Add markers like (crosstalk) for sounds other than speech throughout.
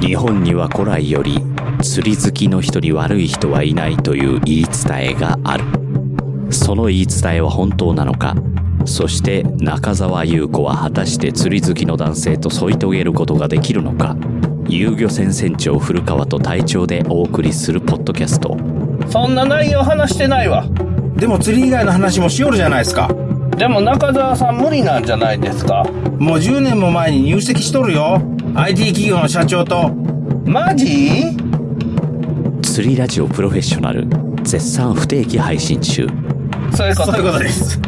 日本には古来より釣り好きの人に悪い人はいないという言い伝えがあるその言い伝えは本当なのかそして中澤優子は果たして釣り好きの男性と添い遂げることができるのか遊漁船船長古川と隊長でお送りするポッドキャストそんな内容話してないわでも釣り以外の話もしよるじゃないですかでも中澤さん無理なんじゃないですかもう10年も前に入籍しとるよ IT 企業の社長とマジ釣りラジオプロフェッショナル絶賛不定期配信中そういうこそういうことです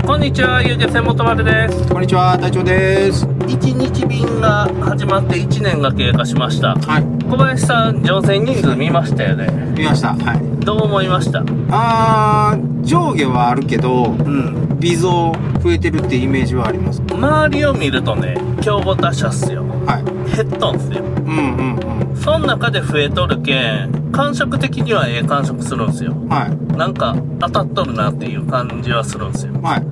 とこんにちは遊漁船元丸ですこんにちは隊長です1日便が始まって1年が経過しましたはい小林さん乗船人数見ましたよね見ました、はい、どう思いましたあー上下はあるけどうん微増増えてるってイメージはあります周りを見るとね競合他社っすよはい減っとんすようんうんうんそん中で増えとるけん感触的にはええ感触するんすよはいなんか当たっとるなっていう感じはするんすよはい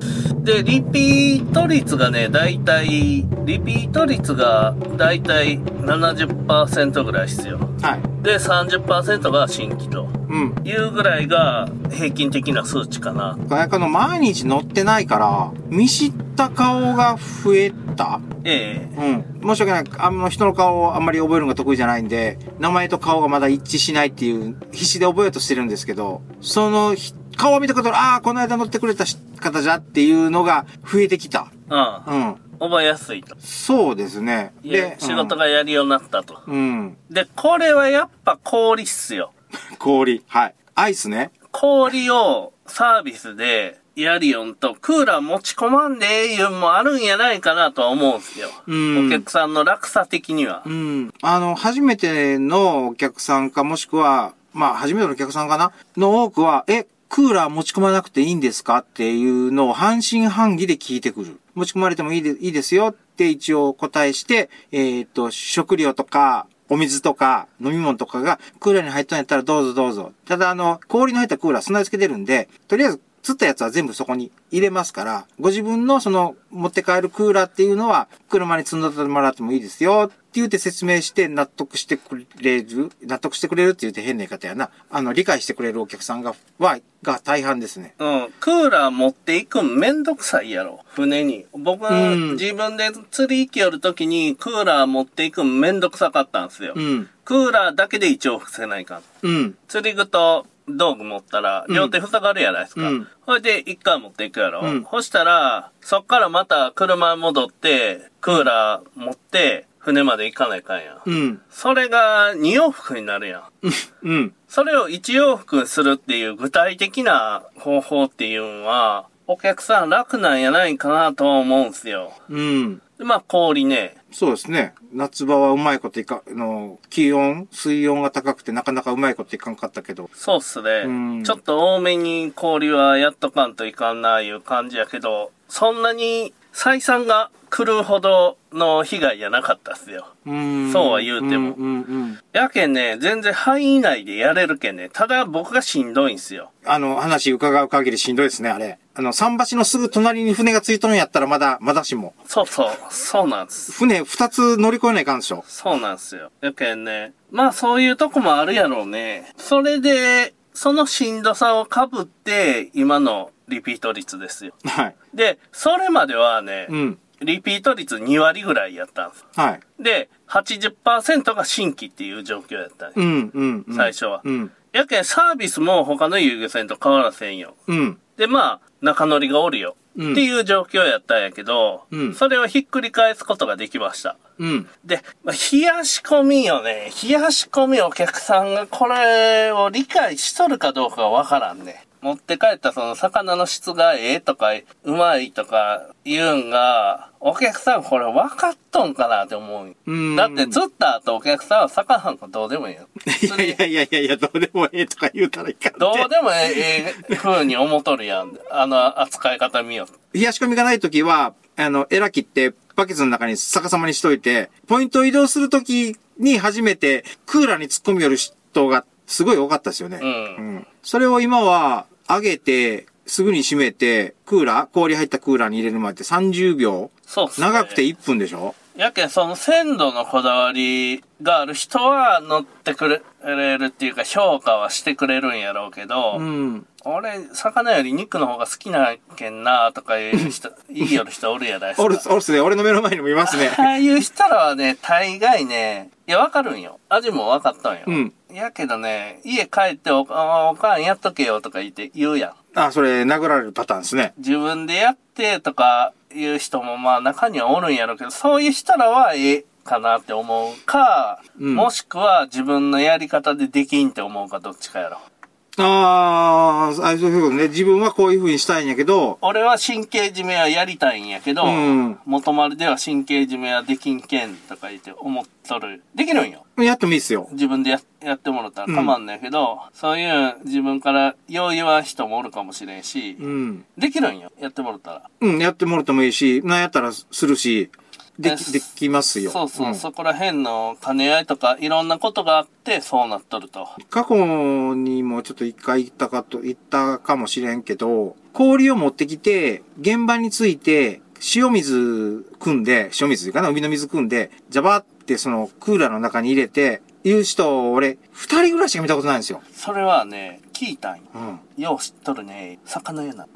で、リピート率がね、だいたい、リピート率がだいたい70%ぐらい必要。はいで、30%が新規とうんいうぐらいが平均的な数値かな。外貨の毎日乗ってないから見知った顔が増えたえうん申し訳ないあの人の顔をあんまり覚えるのが得意じゃないんで名前と顔がまだ一致しないっていう必死で覚えようとしてるんですけどそのひ顔を見たことああーこの間乗ってくれた方じゃっていうのが増えてきたえああ、うん覚えやすいと。そうですね。いや仕事うんがやるようになったと。うん。で、これはやっぱ氷っすよ。氷。はい。アイスね。氷をサービスでやりよんと、クーラー持ち込まんでええいうんもあるんやないかなとは思うんすよ。うんお客さんの落差的には。うん。あの、初めてのお客さんか、もしくは、まあ、初めてのお客さんかなの多くは、え、クーラー持ち込まなくていいんですかっていうのを半信半疑で聞いてくる。持ち込まれてもいいでいいですよって一応お答えして、えっ、と、食料とか、お水とか飲み物とかがクーラーに入ったんやったらどうぞどうぞ。ただあの、氷の入ったクーラー備え付けてるんで、とりあえず釣ったやつは全部そこに入れますから、ご自分のその持って帰るクーラーっていうのは車に積んでもらってもいいですよって言って説明して納得してくれる、納得してくれるって言って変な言い方やな。あの、理解してくれるお客さんが、は、が大半ですね。うん、クーラー持っていくんめんどくさいやろ、船に。僕はうん自分で釣り行きよるときにクーラー持っていくんめんどくさかったんすよ。うん。クーラーだけで一応伏せないかん。うん。釣り具と道具持ったらん両手塞がるやないですか。うんほいで一回持っていくやろ。うんそしたら、そっからまた車戻って、クーラー持って船まで行かないかんや。うん。それが2往復になるやん。うん。それを一往復するっていう具体的な方法っていうのは、お客さん楽なんやないかなとは思うんすよ。うん。でまあ氷ね。そうですね。夏場はうまいこといか、あの、気温、水温が高くてなかなかうまいこといかんかったけど。そうっすね。うんちょっと多めに氷はやっとかんといかんないう感じやけど、そんなに採算が来るほどの被害じゃなかったっすよ。うん。そうは言うてもうんうんうんやけんね、全然範囲内でやれるけんね。ただ僕がしんどいんすよ。あの、話伺う限りしんどいですね、あれ。あの、桟橋のすぐ隣に船がついとるんやったらまだ、まだしも。そうそう、そうなんです。船二つ乗り越えないかんでしょ。そうなんすよ。やけんね。まあそういうとこもあるやろうね。それで、そのしんどさをかぶって、今のリピート率ですよ。はい。で、それまではね、うん。リピート率2割ぐらいやったんです。はい。で、80%が新規っていう状況やったんですうん、うん、うん。最初はうん。やけんサービスも他の遊漁船と変わらせんよ。うん。で、まあ、中乗りがおるよ。うんっていう状況やったんやけど、うんそれをひっくり返すことができました。うん。で、まあ冷やし込みよね。冷やし込みお客さんがこれを理解しとるかどうかはわからんね。持って帰ったその魚の質がええとか、うまいとか言うんが、お客さんこれ分かっとんかなって思う。うんだって釣った後お客さんは魚なんかどうでもいいよ。いやいやいやいやいや、どうでもええとか言うたらいかんてどうでもええ風に思っとるやん。あの扱い方見よ。冷やし込みがないときは、あの、エラ切って、バケツの中に逆さまにしといて、ポイントを移動するときに初めて、クーラーに突っ込みよる人がすごい多かったですよね。うんそれを今は、上げて、すぐに閉めて、クーラー、氷入ったクーラーに入れるまで30秒。そうっすね。長くて1分でしょやけん、その鮮度のこだわりがある人は乗ってくれれるっていうか評価はしてくれるんやろうけど、うん。俺、魚より肉の方が好きなけんなとかいう (laughs) 人、言いよる人おるやないですか。おる、おるっすね。俺の目の前にもいます (laughs) ね。ああいう人らはね、大概ね、いや、わかるんよ。味もわかったんよ。うんやけどね、家帰っておあおかんやっとけよとか言って言うやん。あ、それ、殴られるパターンですね。自分でやってとかいう人もまあ中にはおるんやろうけど、そういう人らはええかなって思うか、うんもしくは自分のやり方でできんって思うかどっちかやろ。あー、あ、そういうことね。自分はこういう風にしたいんやけど、俺は神経締めはやりたいんやけど、うん元丸では神経締めはできんけんとか言って思っとる。できるんよ。やってもいいっすよ。自分でややってもらったら構わんないけど、そういう自分からよう言わん人もおるかもしれんし、うん。できるんよ。やってもらったら。うん、やってもらってもいいし、なんやったらするし、でえき、できますよ。そうそう、んそこら辺の兼ね合いとか、いろんなことがあって、そうなっとると。過去にもちょっと一回言ったかと、言ったかもしれんけど、氷を持ってきて、現場について、塩水汲んで、塩水というかな、海の水汲んで、ジャバってそのクーラーの中に入れて、いう人、俺、二人ぐらいしか見たことないんですよ。それはね、聞いたんよ。うん。よう知っとるね。魚屋な。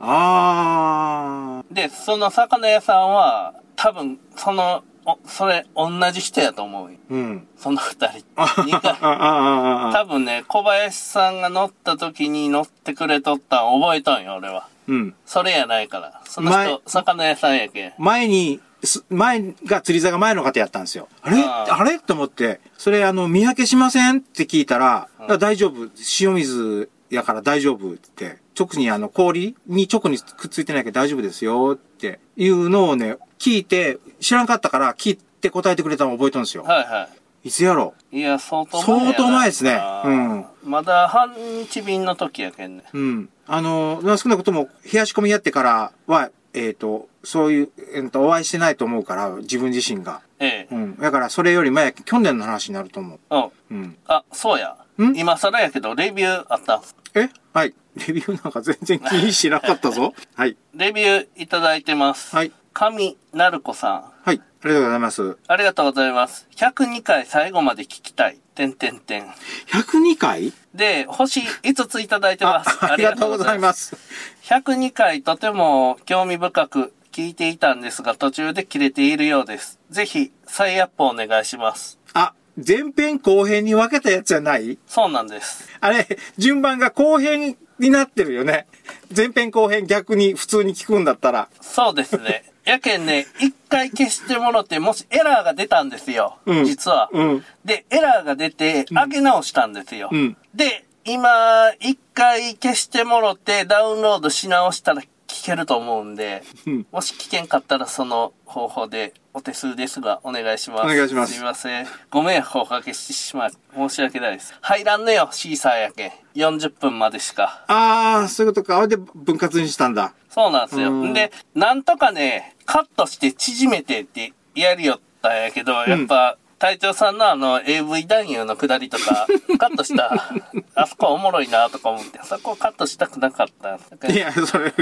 あで、その魚屋さんは、多分、その、おそれ、同じ人やと思うよ。ー。うん。その二人。二あ回 (laughs) あ、ああ、ああ。多分ね、小林さんが乗った時に乗ってくれとったん覚えとんよ、俺は。うん。それやないから。その前人、魚屋さんやけん。前に、す前が釣り座が前の方やったんですよ。あれああーれと思って、それあの、見分けしませんって聞いたら、うんいや大丈夫、塩水やから大丈夫って、直にあの、氷に直にくっついてないけど大丈夫ですよっていうのをね、聞いて、知らんかったから聞いて答えてくれたのを覚えたんですよ。はいはい。いつやろいや、相当前やな相当前ですね。うん。まだ半日便の時やけんね。うん。あの、まあ少なくとも、冷やし込みやってからは、えっ、と、そういう、えーと、お会いしてないと思うから、自分自身が。ええ。うん。だから、それより前、去年の話になると思うん。う。うん。あ、そうや。ん今更やけど、レビューあったんす。えはい。 (laughs) レビューなんか全然気にしなかったぞ。 (laughs) はい。レビューいただいてます。はい。神なるこさん。はい。ありがとうございます。ありがとうございます。102回最後まで聞きたい。てんてんてん。 102回で、星5ついただいてます。。ありがとうございますす。 102回とても興味深く聞いていたんですが、途中で切れているようです。ぜひ、再アップお願いします。あ、前編後編に分けたやつじゃないそうなんです。あれ、順番が後編になってるよね。前編後編逆に普通に聞くんだったら。そうですね。やけんね、一回消してもろって、もしエラーが出たんですよ。うん実は、うんで、エラーが出て、上げ直したんですよ。うんで、今、一回消してもろって、ダウンロードし直したら聞けると思うんで、うんもし聞けんかったらその方法で、お手数ですが、お願いします。お願いしますすみません。ご迷惑をおかけしてしまい、申し訳ないです。入らんねよ、シーサーやけん。40分までしか。あー、そういうことか。あれで分割にしたんだ。そうなんですうよ。んで、なんとかね、カットして縮めてってやるよったんやけど、やっぱ、隊長さんのあの AV 男優のくだりと (laughs) か、カットした、あそこおもろいなとか思って、そこカットしたくなかった。いや、それ、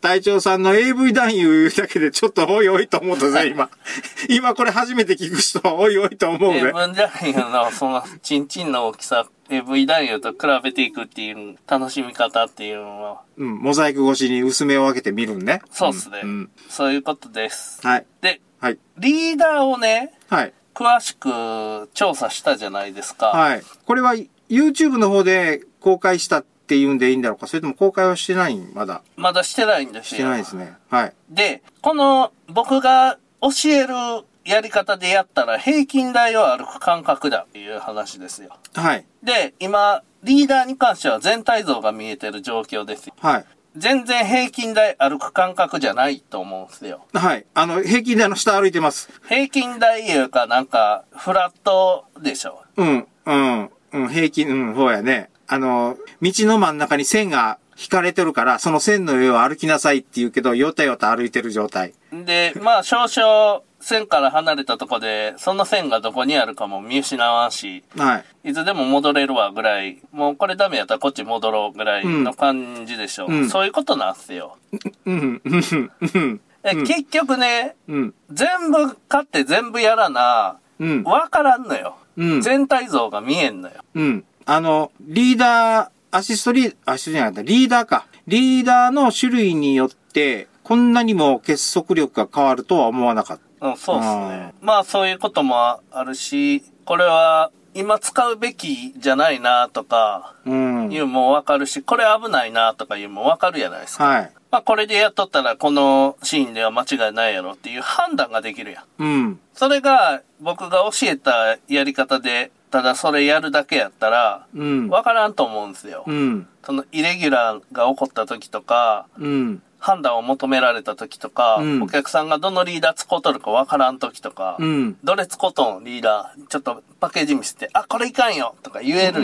隊長さんの AV 男優だけでちょっとおいおいと思ったぜ、今。今これ初めて聞く人はおいおいと思うぜ AV。男優のその、チンチンの大きさ、AV 男優と比べていくっていう、楽しみ方っていうのは、うん、モザイク越しに薄めを開けてみるんね。そうっすね。うんうんそういうことです。はい。で、はい。リーダーをね、はい。詳しく調査したじゃないですか。はい。これは YouTube の方で公開したっていうんでいいんだろうかそれとも公開はしてないまだ。まだしてないんですよ。してないですね。はい。で、この僕が教えるやり方でやったら平均台を歩く感覚だっていう話ですよ。はい。で、今、リーダーに関しては全体像が見えてる状況ですよ。はい。全然平均台歩く感覚じゃないと思うんですよ。はい。あの、平均台の下歩いてます。平均台いうかなんか、フラットでしょ。うん、うん、うん、平均、うん、ほうやね。あの、道の真ん中に線が引かれてるから、その線の上を歩きなさいって言うけど、よたよた歩いてる状態。 (laughs) で、まあ少々線から離れたとこで、その線がどこにあるかも見失わんし、はい。いつでも戻れるわぐらい、もうこれダメやったらこっち戻ろうぐらいの感じでしょ。んそういうことなんすよ。うん、うん、うん、え結局ね、うん、全部買って全部やらな、うん、わからんのよ。うん全体像が見えんのよ。うん。あの、リーダー、アシストリー、アシストじゃなかった、リーダーか。リーダーの種類によって、こんなにも結束力が変わるとは思わなかった。うん、そうですね。まあそういうこともあるし、これは今使うべきじゃないなとかうん。いうもわかるし、これ危ないなとかいうもわかるじゃないですか。はい。まあこれでやっとったらこのシーンでは間違いないやろっていう判断ができるやん。うん。それが僕が教えたやり方で、ただそれやるだけやったら、うん。わからんと思うんですよう。ん。そのイレギュラーが起こった時とか、うん。判断を求められた時とか、うんお客さんがどのリーダー使うとるかわからん時とか、うん。どれ使うとんリーダー、ちょっとパッケージ見せて、あ、これいかんよとか言える。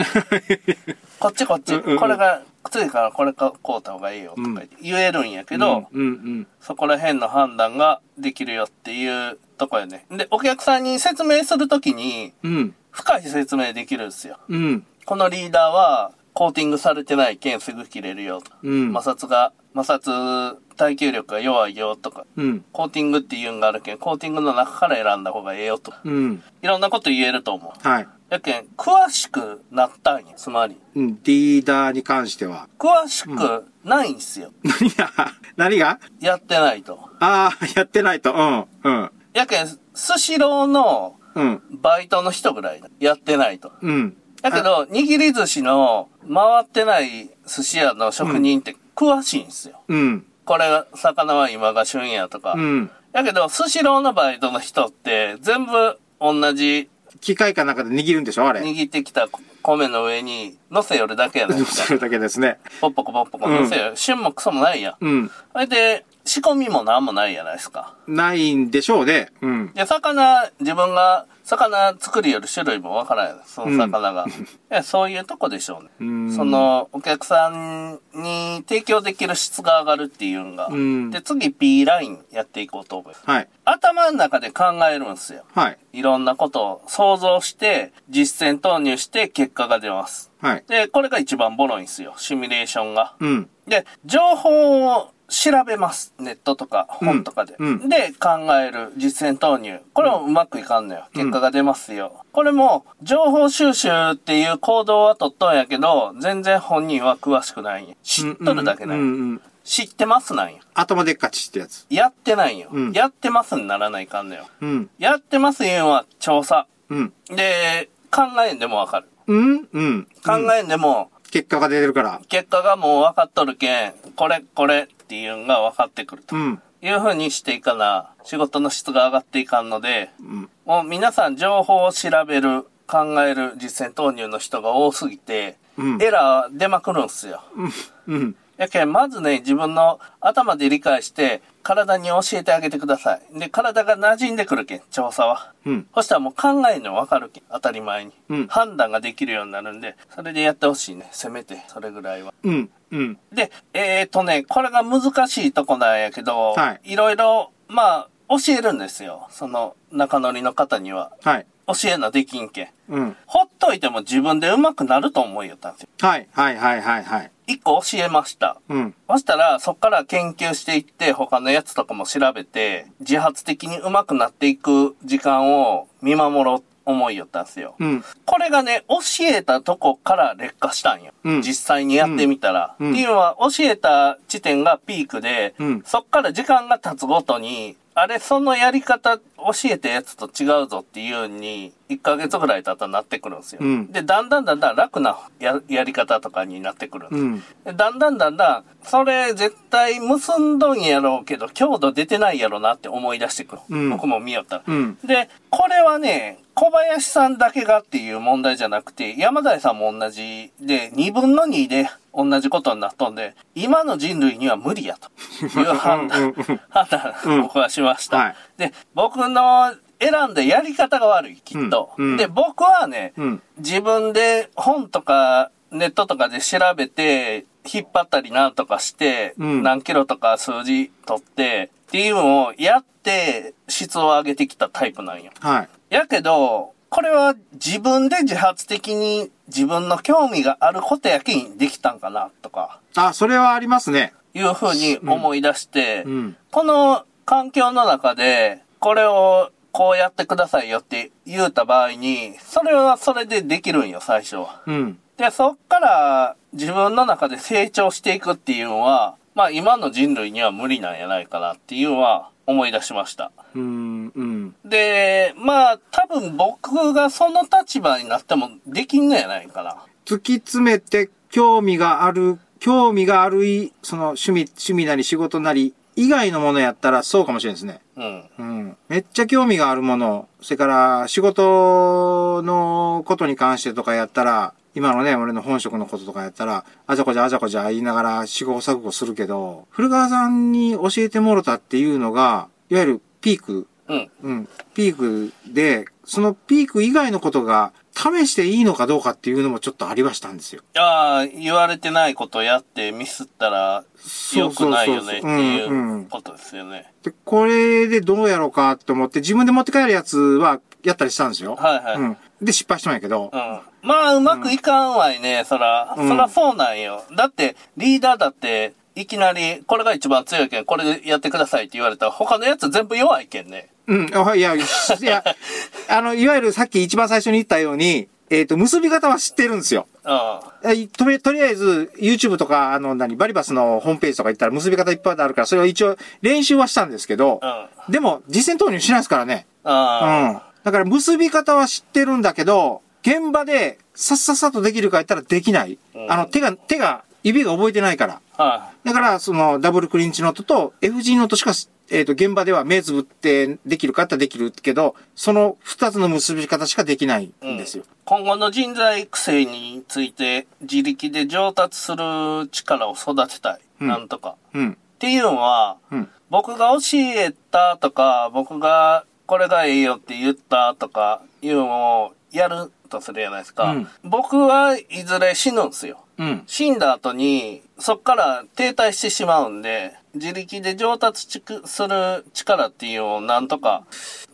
こっちこっち、これが、ついからこれかこうた方がいいよとか言えるんやけど、うん、うん。そこら辺の判断ができるよっていうとこやね。で、お客さんに説明するときに、うん。深い説明できるんですよ。うん。このリーダーは、コーティングされてない剣すぐ切れるよとか、うん摩擦が、摩擦耐久力が弱いよとか、うん。コーティングっていうんがあるけん、コーティングの中から選んだ方がええよとか、うん。いろんなこと言えると思う。はい。やけん、詳しくなったんや、つまり。うん、リーダーに関しては。 (laughs) 詳しくないんすよ。何が何がやってないと。ああ、やってないと。うん、うん、やけん、スシローのうん、バイトの人ぐらいやってないと。うん。だけど、握り寿司の回ってない寿司屋の職人って詳しいんですよ。うん、これが、魚は今が旬やとか。うん。だけど、スシローのバイトの人って全部同じ機械かなんかで握るんでしょあ (laughs) れ。握ってきた米の上に乗せよるだけやないですそか。れだけですね。ポッポコポッポコ乗せよる。旬もクソもないやん。うん。それで、仕込みもなんもないやないですか。ないんでしょうね。うん。で、魚、自分が、魚作りよる種類もわからんやろその魚 (laughs) が。いやそういうとこでしょうね。うんその、お客さんに提供できる質が上がるっていうんが。んで、次 P ラインやっていこうと思います。はい。頭の中で考えるんですよ。はい。いろんなことを想像して、実践投入して結果が出ます。はい。で、これが一番ボロいんですよ。シミュレーションが。うん。で、情報を調べます。ネットとか本とかで。うんうで、考える。実践投入。これもうまくいかんのよ。結果が出ますよ。これも、情報収集っていう行動はとっとんやけど、全然本人は詳しくないんや。知っとるだけなんうや。ん、うん。知ってますなんや。頭でっかちってやつ。やってないんよ。うんやってますにならないかんのよ。うん、やってますいうんは調査。うん。で、考えんでもわかる。うん、うん。考えんでも、結果が出てるから。結果がもう分かっとるけん、これ、これっていうのが分かってくると。うん。いう風にしていかな、仕事の質が上がっていかんので、んもう皆さん情報を調べる、考える、実践投入の人が多すぎて、うんエラー出まくるんすよ。うん。やけん、まずね、自分の頭で理解して、体に教えてあげてください。で、体が馴染んでくるけん、調査は。うん。そしたらもう考えるの分かるけん、当たり前に。うん判断ができるようになるんで、それでやってほしいね。せめて、それぐらいは。うん。うん。で、えー、とね、これが難しいとこなんやけど、、はいろいろ、まあ、教えるんですよ。その、仲乗りの方には。はい。教えなできんけん。うん。ほっといても自分で上手くなると思いよったんですよ。はい、はい、はい、はい、はい。一個教えました。うん。そしたら、そっから研究していって、他のやつとかも調べて、自発的に上手くなっていく時間を見守ろう思いよったんですよ。うん。これがね、教えたとこから劣化したんよ。うん実際にやってみたら。うんうんっていうのは、教えた地点がピークで、うんそっから時間が経つごとに、あれ、そのやり方、教えたやつと違うぞっていうように、1ヶ月ぐらい経ったらなってくるんですよ。うんで、だんだんだんだん楽なややり方とかになってくるんですうでん。だんだんだんだん、それ絶対結んどんやろうけど、強度出てないやろなって思い出してくる。うん僕も見よったら、うんで、これはね、小林さんだけがっていう問題じゃなくて、山田さんも同じで、2分の2で同じことになっとんで、今の人類には無理やという判断、判断を僕はしました。はいで、僕の選んだやり方が悪い、きっと。うんうんで、僕はね、うん自分で本とかネットとかで調べて、引っ張ったりなんとかして、うん何キロとか数字取って、っていうのをやって、質を上げてきたタイプなんよ。はい。やけど、これは自分で自発的に自分の興味があることやけにできたんかな、とか、あ、それはありますね。いうふうに思い出して、うん。この環境の中で、これをこうやってくださいよって言うた場合に、それはそれでできるんよ、最初は。うん。で、そっから自分の中で成長していくっていうのは、まあ今の人類には無理なんやないかなっていうのは思い出しました。うん。うん。で、まあ多分僕がその立場になってもできんのやないかな。突き詰めて興味がある、興味があるい、その趣味、趣味なり仕事なり以外のものやったらそうかもしれないですね。うん。うん。めっちゃ興味があるもの、それから仕事のことに関してとかやったら、今のね、俺の本職のこととかやったら、あじゃこじゃあじゃこじゃ言いながら試行錯誤するけど、古川さんに教えてもろたっていうのが、いわゆるピークうん。うん、ピークで、そのピーク以外のことが試していいのかどうかっていうのもちょっとありましたんですよ。ああ、言われてないことやってミスったら良くないよねっていんうんことですよね。で、これでどうやろうかと思って自分で持って帰るやつはやったりしたんですよ。はいはい。うん。で、失敗したんやけどう。んまあ、うまくいかんわいね、そら。うんそらそうなんよ。だって、リーダーだって、いきなり、これが一番強いけん、これでやってくださいって言われたら、他のやつ全部弱いけんね。うん。あはいいや、い (laughs) や、あの、いわゆるさっき一番最初に言ったように、えっ、と、結び方は知ってるんですよ。うん。はえとりとりあえず、YouTube とか、あの、何、バリバスのホームページとか行ったら結び方いっぱいあるから、それは一応練習はしたんですけど、うでも、実践投入しないですからね。うん。うん。だから結び方は知ってるんだけど、現場でさっさっさとできるか言ったらできない。うんあの、手が、手が、指が覚えてないから。はだから、その、ダブルクリンチノートと F g ノートしか、えっ、と、現場では目つぶってできるかってできるけど、その二つの結び方しかできないい。うんんですよ。今後の人材育成について、自力で上達する力を育てたい。うんなんとか。うん。っていうのは、うん。僕が教えたとか、僕がこれがいいよって言ったとかいうのをやるとするじゃないですか。うん僕はいずれ死ぬんですよ。うん。死んだ後に、そっから停滞してしまうんで、自力で上達ちくする力っていうのをなんとか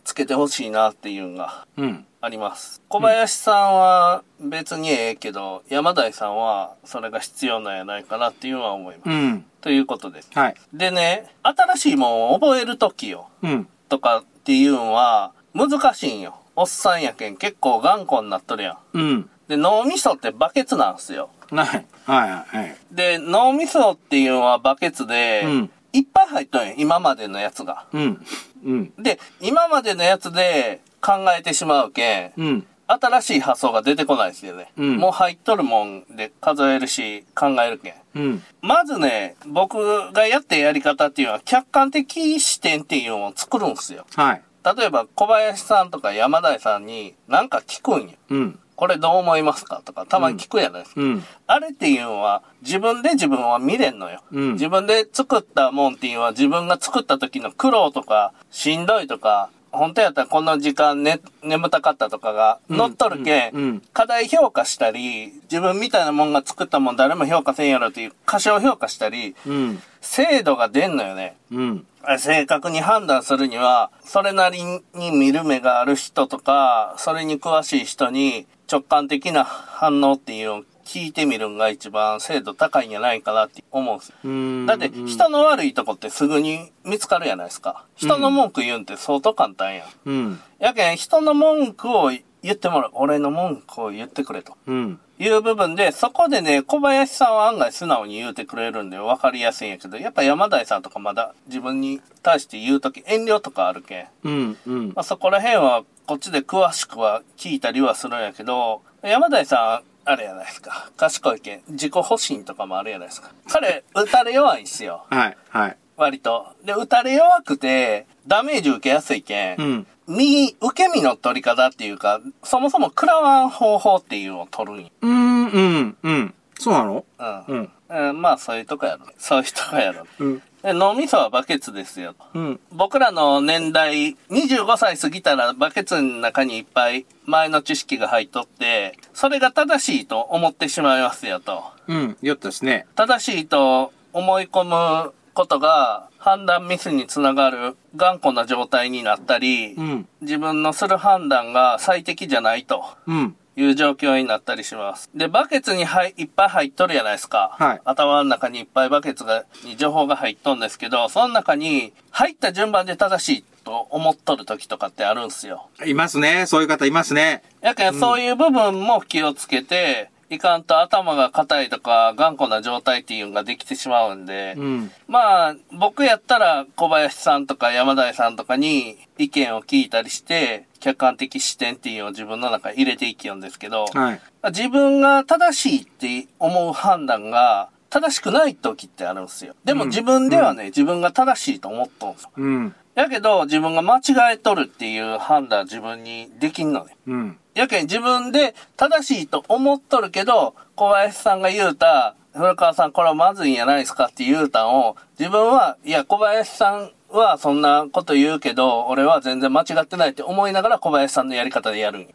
つけてほしいなっていうのがうん。あります。小林さんは別にええけど、山田井さんはそれが必要なんやないかなっていうのは思います。うん。ということです。はい。でね、新しいもんを覚えるときよ、うん。とかっていうのは、難しいんよ。おっさんやけん、結構頑固になっとるやん。うん。で、脳みそってバケツなんすよ。ない。はいはい。で、脳みそっていうのはバケツで、うんいっぱい入っとんよ、今までのやつが。うん。うん。で、今までのやつで考えてしまうけん、うん。新しい発想が出てこないですよね。うんもう入っとるもんで数えるし、考えるけん。うん。まずね、僕がやってやり方っていうのは客観的視点っていうのを作るんですよ。はい。例えば小林さんとか山田井さんに何か聞くんよ。うん。これどう思いますかとかたまに聞くやないですか。うん。あれっていうのは自分で自分は見れんのよ。うん自分で作ったもんっていうのは自分が作った時の苦労とかしんどいとか、本当やったらこの時間ね、眠たかったとかが乗っとるけん、うんうん課題評価したり、自分みたいなもんが作ったもん誰も評価せんやろっていう過小評価したり、うん。精度が出んのよね。うん。正確に判断するには、それなりに見る目がある人とか、それに詳しい人に直感的な反応っていうのを聞いてみるのが一番精度高いんじゃないかなって思うんですよ。うんだって、人の悪いとこってすぐに見つかるじゃないですか。人の文句言うんって相当簡単やん。うん。やけん、人の文句を言ってもらう。俺の文句を言ってくれと。うん。いう部分で、そこでね、小林さんは案外素直に言うてくれるんで分かりやすいんやけど、やっぱ山田井さんとかまだ自分に対して言うとき遠慮とかあるけん。うん。うん。まあそこら辺はこっちで詳しくは聞いたりはするんやけど、山田井さん、あれやないですか。賢いけん。自己保身とかもあるやないですか。彼、打たれ弱いんすよ。はい、はい。割と。で、打たれ弱くて、ダメージ受けやすいけん。うん。右、受け身の取り方っていうか、そもそも食らわん方法っていうのを取るんようーん、うん、うん。そうなのう。うんん、うん、まあ、そういうとこやろ。そういうとこやろ。うん、で脳みそはバケツですよ。うん。僕らの年代、25歳過ぎたらバケツの中にいっぱい前の知識が入っとって、それが正しいと思ってしまいますよと。うん、よったですね。正しいと思い込むことが判断ミスにつながる頑固な状態になったり、うん、自分のする判断が最適じゃないとうん、いう状況になったりします。で、バケツにはいいっぱい入っとるじゃないですか。はい頭の中にいっぱいバケツが、に情報が入っとんですけど、その中に入った順番で正しいと思っとる時とかってあるんすよ。いますね。そういう方いますね。やけん、そういう部分も気をつけて、いかんと頭が硬いとか頑固な状態っていうのができてしまうんで、うん、まあ、僕やったら小林さんとか山田井さんとかに意見を聞いたりして、客観的視点っていうのを自分の中に入れていきよんですけど、はい。自分が正しいって思う判断が正しくない時ってあるんですよ。でも自分ではね、自分が正しいと思っとんすよ。うん、やけど自分が間違えとるっていう判断自分にできんのね。うん、やけん自分で正しいと思っとるけど、小林さんが言うた、古川さんこれはまずいんやないですかって言うたんを、自分は、いや小林さんはそんなこと言うけど、俺は全然間違ってないって思いながら小林さんのやり方でやるんよ。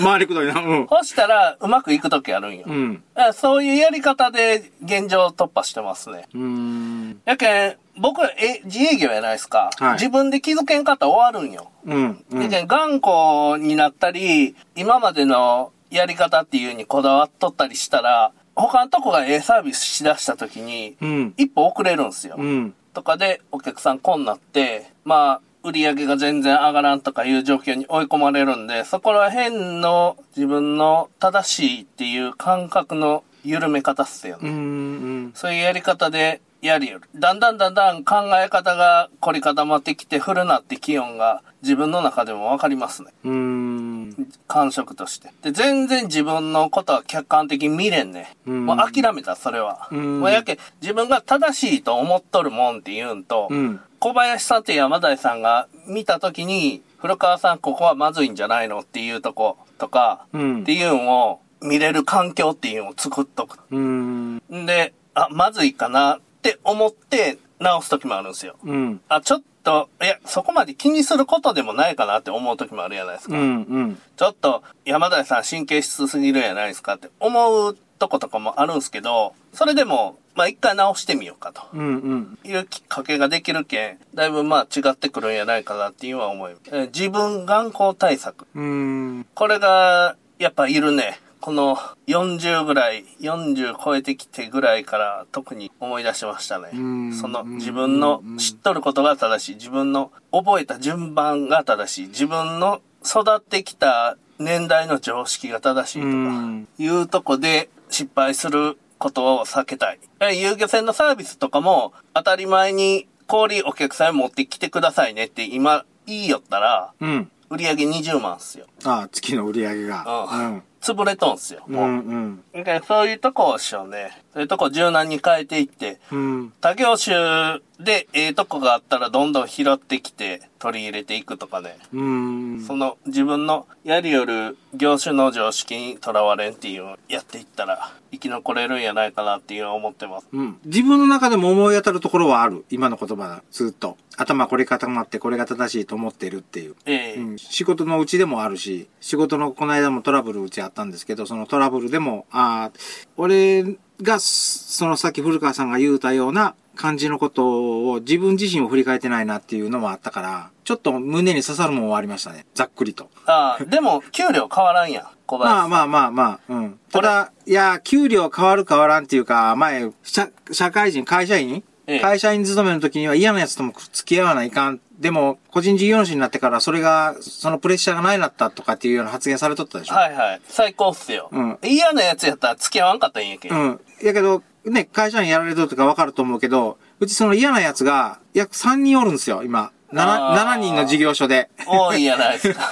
回りくどいな。うん。そしたらうまくいく時あるんよ。うん。だからそういうやり方で現状突破してますね。うーん。やけん、僕、え、自営業やないですか。はい自分で気づけんかったら終わるんよ。うん。うやん。けん、頑固になったり、今までのやり方っていうにこだわっとったりしたら、他のとこがええサービスしだした時に、うん。一歩遅れるんすよ。うん。とかでお客さんこんなって、まあ、売り上げが全然上がらんとかいう状況に追い込まれるんで、そこら辺の自分の正しいっていう感覚の緩め方っすよね。うん。そういうやり方でやるより。だんだんだんだん考え方が凝り固まってきて、古なって気温が自分の中でもわかりますね。うん。感触として。で、全然自分のことは客観的に見れんね。うんもう諦めた、それは。うんもうやけ、自分が正しいと思っとるもんって言うんと、うん。小林さんと山田井さんが見たときに、古川さんここはまずいんじゃないのっていうとことか、うんっていうのを見れる環境っていうのを作っとく。うん。んで、あ、まずいかなって思って直すときもあるんですよ。うん。あ、ちょっと、いや、そこまで気にすることでもないかなって思うときもあるじゃないですか。うん。うん。ちょっと山田さん神経質すぎるやないですかって思うとことかもあるんすけど、それでも、まあ一回直してみようかとうん。うん。いうきっかけができるけん、だいぶまあ違ってくるんやないかなっていうのは思います。えー自分眼光対策。うん。これが、やっぱいるね。この40ぐらい、40超えてきてぐらいから特に思い出しましたねん。その自分の知っとることが正しい、自分の覚えた順番が正しい、自分の育ってきた年代の常識が正しいとうか、んいうとこで失敗することを避けたい。え遊漁船のサービスとかも当たり前に氷お客さん持ってきてくださいねって今言いよったら、うん。売り上げ20万っすよ。ああ、月の売り上げが。うん。潰れとんすよ。うん。うん。だからそういうとこをしようね。そういうとこを柔軟に変えていって、うん。他業種でええとこがあったらどんどん拾ってきて取り入れていくとかね。うん。その自分のやりよる業種の常識にとらわれんっていうのをやっていったら生き残れるんやないかなっていうのを思ってます。うん。自分の中でも思い当たるところはある。今の言葉だ。ずっと。頭これ固まってこれが正しいと思ってるっていう。ええうん仕事のうちでもあるし、仕事のこの間もトラブルうちあったんですけど、そのトラブルでも、ああ、俺が、すそのさっき古川さんが言うたような感じのことを自分自身を振り返ってないなっていうのもあったから、ちょっと胸に刺さるもんはありましたね。ざっくりと。ああ、でも給料変わらんやん。小林まさあん。まあまあまあ、うん。ただ、いや、給料変わる変わらんっていうか、前、社社会人、会社員、ええ会社員勤めの時には嫌な奴とも付き合わないかん。でも、個人事業主になってから、それが、そのプレッシャーがないなったとかっていうような発言されとったでしょ。はいはい。最高っすよ。うん嫌なやつやったら付き合わんかったらいいんやけど。うん。やけど、ね、会社員やられとるとかわかると思うけど、うちその嫌な奴が、約3人おるんですよ、今。 7, あー7人の事業所で。多いやないです (laughs) か。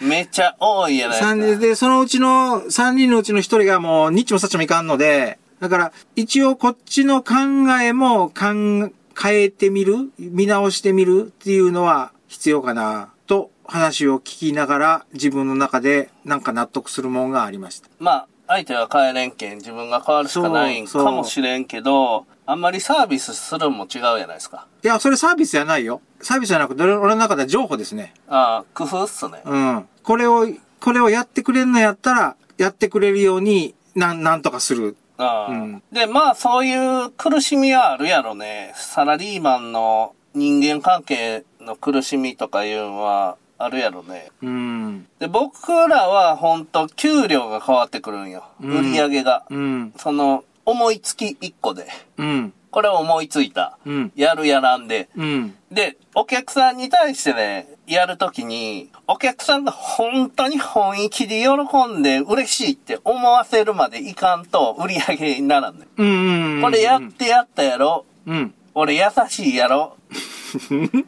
めちゃ多いやない三です人で、そのうちの、3人のうちの1人がもう、ニッチもサッチもいかんので、だから、一応こっちの考えも考え、変えてみる見直してみるっていうのは必要かな、と話を聞きながら、自分の中でなんか納得するもんがありました。か。まあ、相手は変えれんけん、自分が変わるしかないんかもしれんけど、あんまりサービスするんも違うやないですか。いや、それサービスじゃないよ。サービスじゃなくて、俺俺の中では情報ですね。ああ、工夫っすね。うん。これを、これをやってくれるのやったら、やってくれるように、なん、なんとかする。ああうんで、まあ、そういう苦しみはあるやろね。サラリーマンの人間関係の苦しみとかいうのはあるやろね。うん。で、僕らは本当給料が変わってくるんよ。うん売り上げが。うん。その、思いつき1個で。うん。これを思いついた。うん。やるやらんで。うん。で、お客さんに対してね、やるときに、お客さんが本当に本気で喜んで嬉しいって思わせるまでいかんと売り上げにならんねん。うん。うんこれやってやったやろ。うん。俺優しいやろ。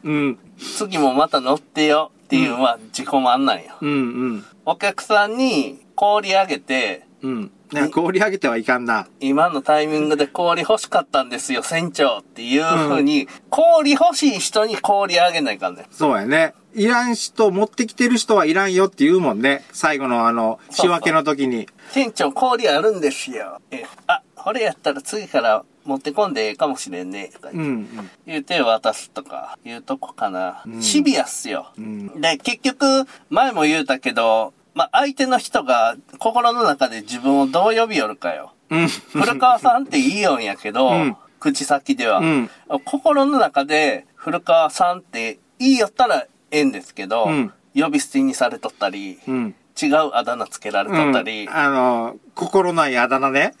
うん。次もまた乗ってよ。っていうのは自己満なんよ。うん。うん。お客さんに氷上げて、うん。なんか氷上げてはいかんな。今のタイミングで氷欲しかったんですよ、船長っていう風に、氷欲しい人に氷あげないかんねん。そうやね。いらん人、持ってきてる人はいらんよって言うもんね。最後のあの、仕分けの時に。船長氷あるんですよ。え、あ、これやったら次から持ってこんでええかもしれんね。とかうん。うん言うて渡すとか、いうとこかな。シビアっすよ。んで、結局、前も言うたけど、まあ、相手の人が心の中で自分をどう呼びよるか (laughs) よ。うん。古川さんっていいよんやけど、うん口先では、うん心の中で古川さんっていいよったらええんですけど、うん呼び捨てにされとったり、うん。違うあだ名つけられとったり、うんあの、心ないあだ名ね。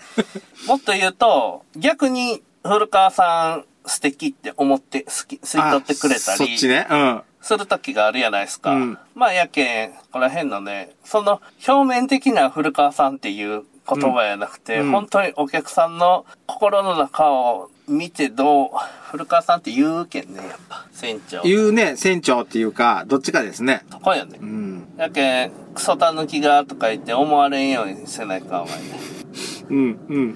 もっと言うと、逆に古川さん素敵って思って好き、吸い取ってくれたあそっり、ちね。うん。する時があるやないですか。うんまあやけん、こら辺のね、その表面的な古川さんっていう言葉やなくて、うんうん本当にお客さんの心の中を見てどう、古川さんって言うけんね、やっぱ、船長。言うね、船長っていうか、どっちかですね。そこやねう。ん。やけん、クソタヌキがとか言って思われんようにせないかんわいね。うん、うん。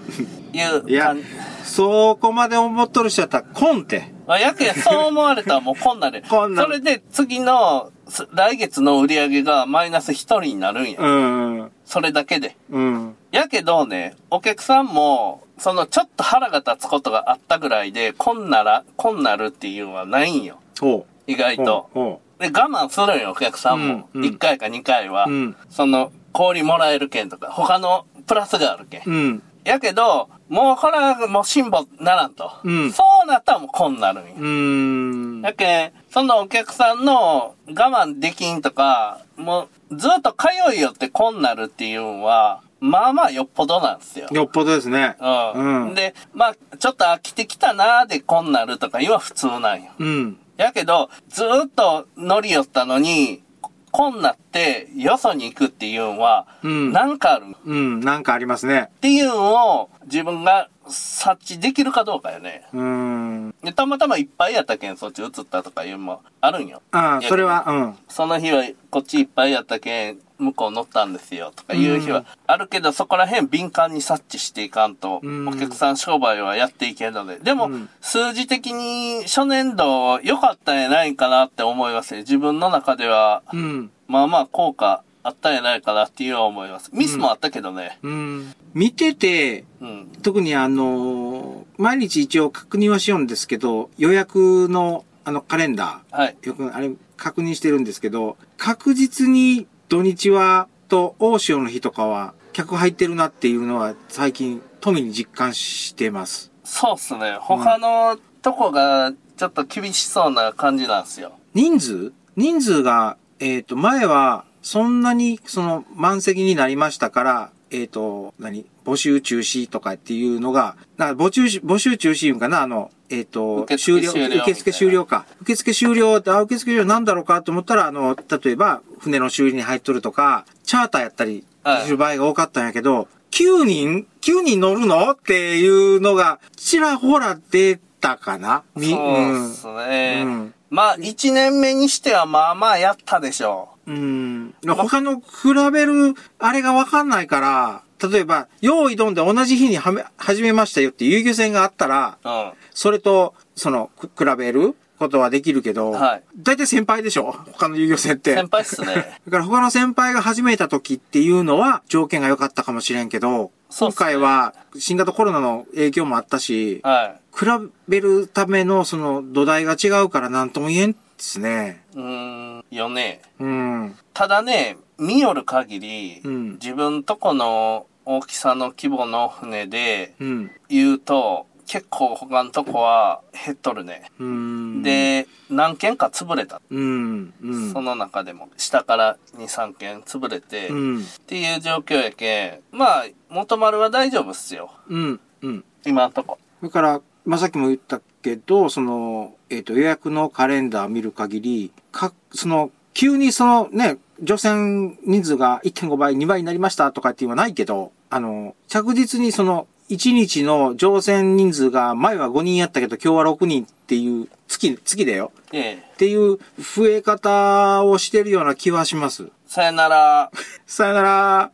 いういや感じ。、そこまで思っとる人やったら、コンって。まあ、やけんそう思われたらもうこんなで。こんなそれで次の、す来月の売り上げがマイナス1人になるんや。うん、それだけで。うん、やけどね、お客さんも、そのちょっと腹が立つことがあったぐらいで、こんなら、こんなるっていうのはないんよ。ほ意外う。と。ほで、我慢するんよ、お客さんも。うんうん1回か2回は。うんその、氷もらえる券とか、他のプラスがある券。う。うん、やけど、もうこれはもう辛抱ならんと。うんそうなったらもうこんなるんよ。うーん。だけん、そのお客さんの我慢できんとか、もうずっと通いよってこんなるっていうのは、まあまあよっぽどなんですよ。よっぽどですね。うん。うんで、まあ、ちょっと飽きてきたなーでこんなるとか言うのは普通なんよ。うん、やけど、ずーっと乗り寄ったのに、ここんなってよそに行くっていうのは、うんなんかあるっうん、なんかありますね。ていうのを自分が察知できるかどうかよね。うーん。で、たまたまいっぱいやったけん、そっち移ったとかいうのもあるんよ。ああ、それいやは、うん。その日はこっちいっぱいやったけん、向こう乗ったんですよとかいう日はあるけど、そこら辺敏感に察知していかんと、うんお客さん商売はやっていけるので。でも、うん数字的に初年度良かったんやないかなって思いますね。自分の中では、うん、まあまあ効果あったんやないかなっていうのは思います。ミスもあったけどね。うん。見てて、うん。特にあのー、毎日一応確認はしようんですけど、予約の、あの、カレンダー。はい。よく、あれ、確認してるんですけど、確実に土日は、と、大潮の日とかは、客入ってるなっていうのは、最近、富に実感してます。そうっすね。他のとこがちょっと厳しそうな感じなんですよ。人数人数が、えっ、と、前は、そんなに、その、満席になりましたから、えっ、と、何募集中止とかっていうのが、な募集し、募集中止いうんかなあの、えっ、と、受付終了みたいな受付終了か。受付終了って、あ、受付終了なんだろうかと思ったら、あの、例えば、船の修理に入っとるとか、チャーターやったりはいする場合が多かったんやけど、9人 ?9 人乗るのっていうのが、ちらほら出ったかなみそうっすね。うんまあ、一年目にしてはまあまあやったでしょうん。他の比べる、あれがわかんないから、例えば、用意どんで同じ日にはめ、始めましたよっていう遊戯戦があったら、う。うん。それと、その、く比べることはできるけど、はい大体先輩でしょ他の遊戯戦って。先輩っす (laughs) ね。だから他の先輩が始めた時っていうのは条件が良かったかもしれんけど、そうっすね今回は新型コロナの影響もあったし、は比べるためのその土台が違うから何とも言えんですね。い。うーん、よね。うん。ただね、見よる限り、うん自分とこの大きさの規模の船でうん。言うと、結構他のとこは減っとるね。うん。、で、何件か潰れた。うん。うん。その中でも、下から2、3件潰れて、うっん。ていう状況やけん、まあ、元丸は大丈夫っすよ。うん。うん。今んとこ。だから、まあ、さっきも言ったけど、その、えっ、と、予約のカレンダー見る限り、か、その、急にそのね、乗船人数が1.5倍、2倍になりましたとかっていうのはないけど、あの、着実にその、1日の乗船人数が前は5人やったけど、今日は6人っていう、月、月だよ。ええ。っていう増え方をしてるような気はします。さよなら。さよなら。